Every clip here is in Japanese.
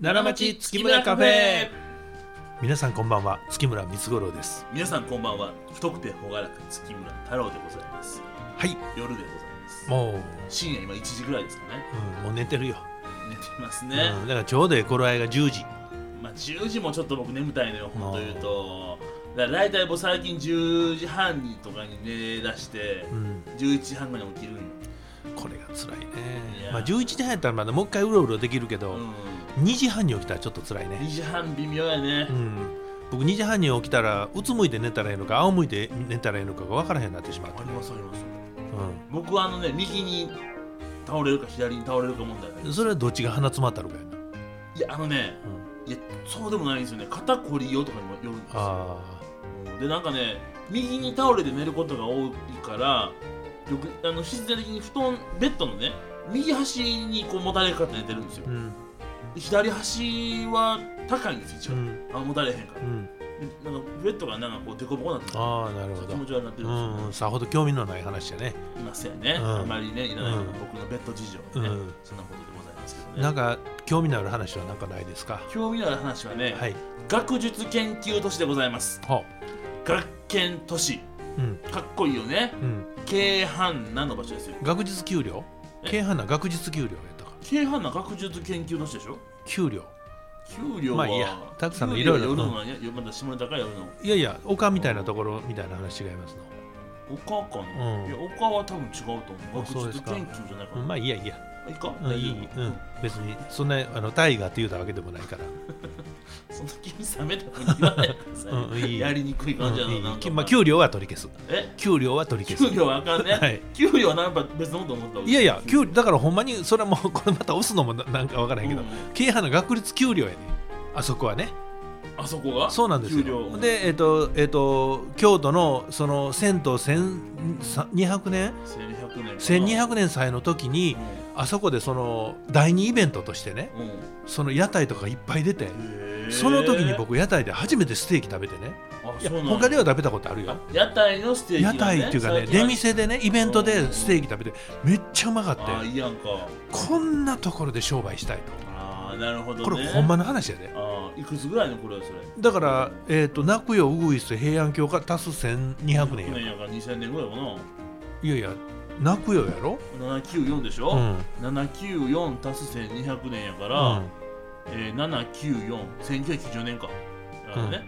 奈良町月村カフェ皆さんこんばんは月村光五郎です皆さんこんばんは太くて朗らか月村太郎でございますはい夜でございますもう、深夜今1時ぐらいですかねうん、もう寝てるよ、寝てますうね、ん、だからちょうどええ頃合いが10時まあ10時もちょっと僕眠たいのよほんと言うとだから大体僕最近10時半にとかに寝出してうん11時半ぐらいに起きるんよこれが辛いねいやーまあ11時半やったらまだもう一回うろうろできるけど、う2時半に起きたらちょっと辛いん2ね時半微妙やねう、ん僕2時半に起きたらうつむいて寝たらいいのか仰向いて寝たらいいのかが分からへんようになってしまってありますありますう僕はあのね右に倒れるか左に倒れるか問題ないん、それはどっちが鼻詰まったのかやな、いやあのねうん、いやそうでもないんですよね肩こりよとかにもよるんですよあうんでなんかね右に倒れて寝ることが多いからよくあの必然的に布団ベッドのね右端にこうもたれかかって寝てるんですよーうんで左端は高いんですうよ一応、んあもたれへんからうんでなんかベッドがなんかこうデコボコになってるああなるほど気持ち悪くなってうるんですよね、んうんさほど興味のない話やねいますよね、うんあんまりねいらない、うん僕のベッド事情はね、うんそんなことでございますけどねなんか興味のある話はなんかないですか興味のある話はね、はい学術研究都市でございますほ学研都市ううんかっこいいよねうん京阪南の場所ですよ学術給料え軽犯な学術給料やったか京阪南学術研究都市でしょ給料給料は、まあいいやたくさんのいろいろ給料夜のはねいやまだ下ネタか夜のいやいや丘みたいなところみたいな話違います丘かな、うんいや丘は多分違うと思あうそうで学す術か研究じゃないの、かうんな、まあいいやいいや、いいかうん、いい、大丈夫うん、別にそんなあの大河って言うたわけでもないからそんな君冷めたふうに言わないでくださいうんいいやりにくい感じだうんな,、いいなんかきまあ給料は取り消すえ給料は取り消 給す料はあかんね、はい給料はなんか別のこと思ったわいやいや給料だからほんまにそれはもうこれまた押すのもななんかわからへんけど、うん軽犯の学術給料やねあそこはねあそこがそうなんです給料よ。で、えっ、と、えっ、と、京都のその銭湯千二百年。 1200年千二百年祭の時に、あそこでその第二イベントとしてね、うん、うんその屋台とかがいっぱい出て。へーその時に僕屋台で初めてステーキ食べてね。あいやそうなんや他では食べたことあるよ。屋台のステーキが屋ね台っていうかね、最近出は店でね、イベントでステーキ食べて、めっちゃうまかっああたよ。いいやんかこんなところで商売したいああなるほどと。ねこれほんまの話やで。ああいくつぐらいのこれはそれだから、えっ、と、泣くよ、ウグイス、平安京が足す千二百年100や。年やから2000年ぐらいかいやいや、泣くよやろ。な794でしうょ、ん。 794足す1200年やから、えー、7941990年かだからね、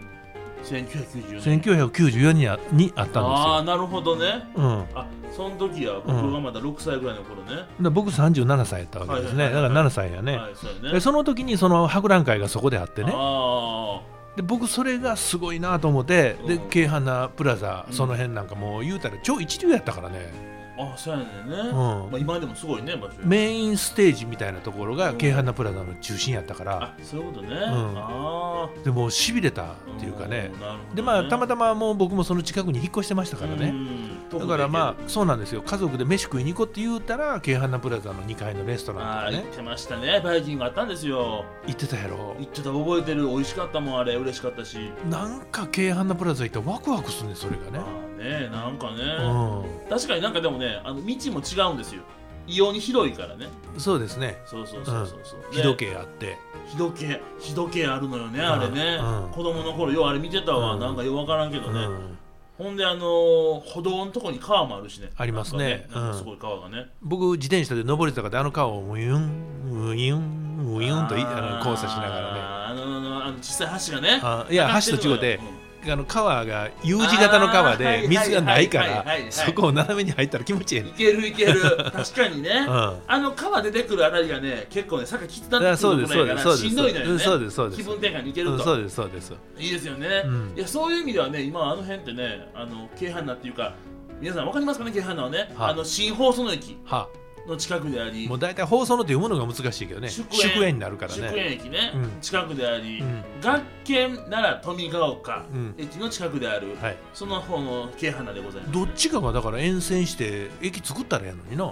1990年1994年にあにあっああたーんでなるほどねすよ。うん、だかあその時は僕がまだ6歳ぐらいの頃ね、ら僕37歳やったわけですね、はいはいはいはだかいら7歳やね、はいそうやねでその時にその博覧会がそこであってねああで僕それがすごいなと思ってでうん京阪なプラザうんその辺なんかもう言うたら超一流やったからね、あそうやねんね、うんまあ、今でもすごいね場所メインステージみたいなところがうん京阪なプラザの中心やったからあそういうことね、んああでもうしびれたっていうかねんなるほどねでまあたまたまもう僕もその近くに引っ越してましたからね、うんだからまあそうなんですよ家族で飯食いに行こうって言うたら京阪なプラザの2階のレストあラあンと言かっねてましたねバイキングあったんですよ行ってたやろ言ってた覚えてる美味しかったもんあれ嬉しかったし、なんか京阪なプラザ行ったらワクワクするねそれがねまあねなんかうね、確かになんかでもねあの道も違うんですよ異様に広いからねんそうですねそうそうそうそうそう、日時計あってひどけひどけあるのよねあれね、うん子供の頃ようあれ見てたわ、うんなんかようわからんけうどね、んほんであのー歩道のとこに川もあるしねありますねなんかなんかうんすごい川がね、僕自転車で登れてたからあの川をウィュンウィュンウィュンといあの交差しながらねらねあのあのあの小さい橋がねあいや橋と違うてうんあの川が U 字型の川あーはでい水がないかはいはいはいはらいそこを斜めに入ったら気持ちいいねいける いける確かにね、うんあの川出てくるあたりがね結構ね坂切ったあってくそうるですぐらいやかそうらですしんどいのよねそうですそうです気分転換にいけうるんと、そうですそうですいいですよね、うんいやそういう意味ではね今あの辺ってねあの京阪奈っていうか皆さんわかりますかね京阪奈はね、はいあの新放送の駅はの近くでありもう大体放送のというものが難しいけどね祝宴祝宴になるから宿ね園駅ね、うん近くであり、うん学研奈良富ヶ丘うん駅の近くである、はいその方の京阪奈でございますどっちかがだから沿線して駅作ったらやのにな、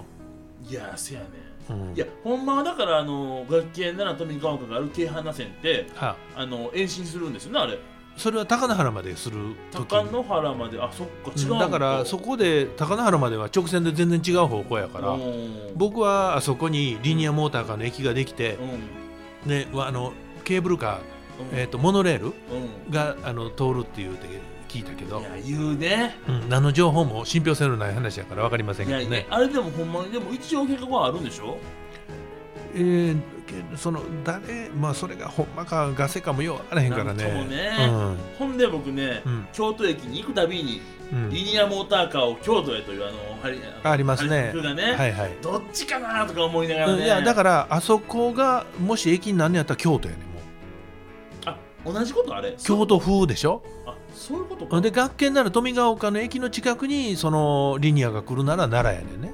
いやせやねうんいやほんまはだからあの学研奈良富ヶ丘がある京阪奈線ってはあの延伸するんですよねあれそれは高野原までする時高野原まであそっか違ううんだからそこで高野原までは直線で全然違う方向やかからうん僕はあそこにリニアモーターカーの駅ができてうんでわあのケーブルカー、うんえー、とモノレールうんがあの通るっていうて聞いたけどい、や言うねうん、何の情報も信憑性のない話やから分かりませんいけどやねいやあれでもほんまにでも一応計画はあるんでしょえーけその誰まあそれがほんまかガセかもようあらへんからねなんともねほんで僕ね、うん京都駅に行くたびに、うん、うんリニアモーターカーを京都へというあのはりあありますねハリフがね、はいはい、どっちかなとか思いながらうんね、いやだからあそこがもし駅になんねやったら京都やねんもうあ同じことあれ京都風でしょあそういうことかうんで学研なら富ヶ丘の駅の近くにそのリニアが来るなら奈良やねんね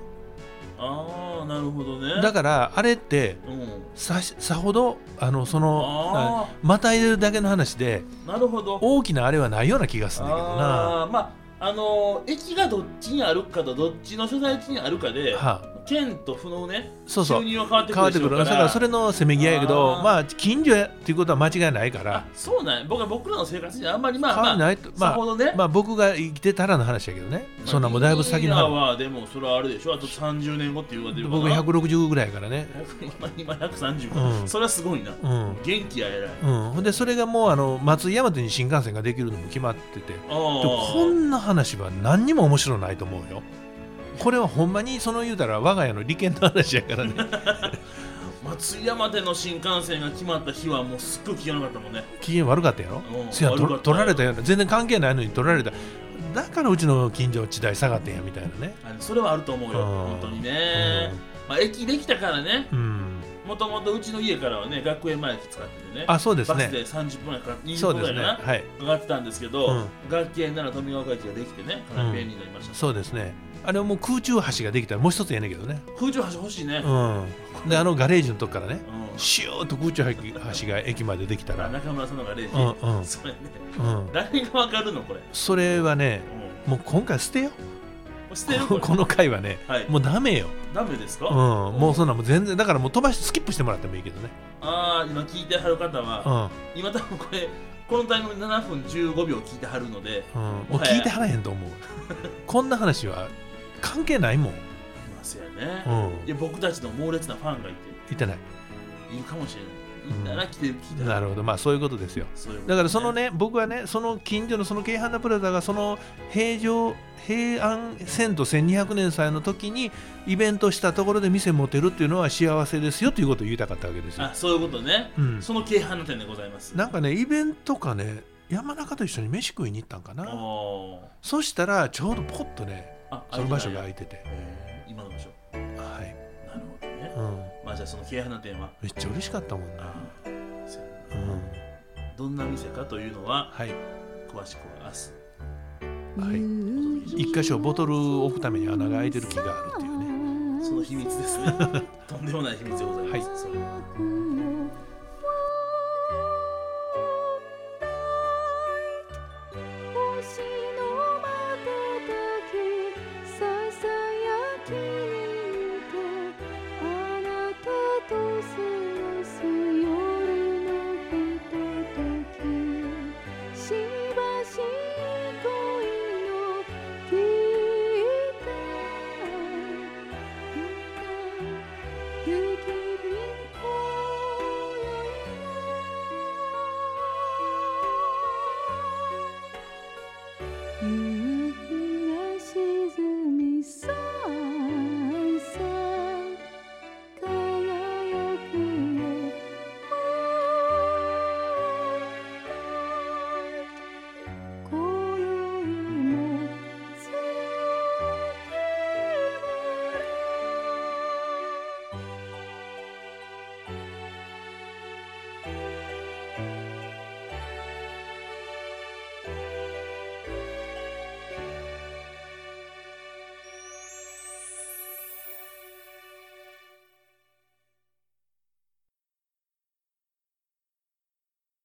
ああなるほどねだからあれってうんささほどあのそのなあまたいでるだけの話であなるほど大きなあれはないような気がするんだけどなはあーまああのー駅がどっちにあるかとどっちの所在地にあるかであ県と府のねそうそう収入は変わってく変わるってでしくょうるだからそれのせめぎ合いやけどあーまあ近所やっていうことは間違いないかあらそうなんや僕は僕らの生活にはあんまりま変わありまあないとさまほどねあまあ僕が生きてたらの話やけどねそんなもうだいぶ先のリーダー話はでもそれはあれでしょあと30年後って言われてるから僕160ぐらいやからね今130か、うんそれはすごいな、うん元気や偉いうんほんでそれがもうあの松井大和に新幹線ができるのも決まっててあでもこーんな話は何にも面白ないと思うよこれはほんまにその言うたら我が家の利権の話やからね松山での新幹線が決まった日はもうすっごい気がなかったもんね機嫌悪かったやろうんせや悪かとった取られたような全然関係ないのに取られただからうちの近所地代下がってんやみたいなねあのそれはあると思うようん本当にね、まあ、駅できたからねうんもともとうちの家からはね学園前駅使っててねあそうですバスねで30分やから20そう分でぐすねらいかな、はい上がってたんですけど、うん学園なら富岡駅ができてねかなり便利になりました、そうですねあれはもう空中橋ができたらもう一つやねんけどね空中橋欲しいね、うんであのガレージのとこからねうんシューッと空中橋が駅までできたあら中村さんのが0うんう時、んそれねうん誰がわかるのこれ、それはねうもう今回捨てよん、捨てるこうれ この回はねはいもうダメよダメですか、うん、もうそんなもう全然だからもう飛ばしてスキップしてもらってもいいけどね、ああ今聞いてはる方は、う今多分これこのタイムで7分15秒聞いてはるので、んうん、もう聞いてはらへんと思うこんな話は関係ないもん、いますよね、うんい、や僕たちの猛烈なファンがい言ってないているかもしれうんないいたら来て聞いてはなるほどまあそういうことですよそういうことだからそのねね僕はねその近所のその京阪なプラザがその平常平安遷都1200年祭の時にイベントしたところで店持てるっていうのは幸せですよということを言いたかったわけですよあ、そういうことね、うん、その軽犯の点でございますなんかねイベントかね山中と一緒に飯食いに行ったんかおなおそしたらちょうどポッとねーあその場所があ空れいててだねえー今の場所はいなるほどねうんまあじゃあその軽犯の点はめっちゃ嬉しかったもんな、あーそうやう、なんどんな店かというのははい詳しくは明日はい一箇所ボトルを置くために穴が開いてる木があるっていうね その秘密ですねとんでもない秘密でございます、はそれは「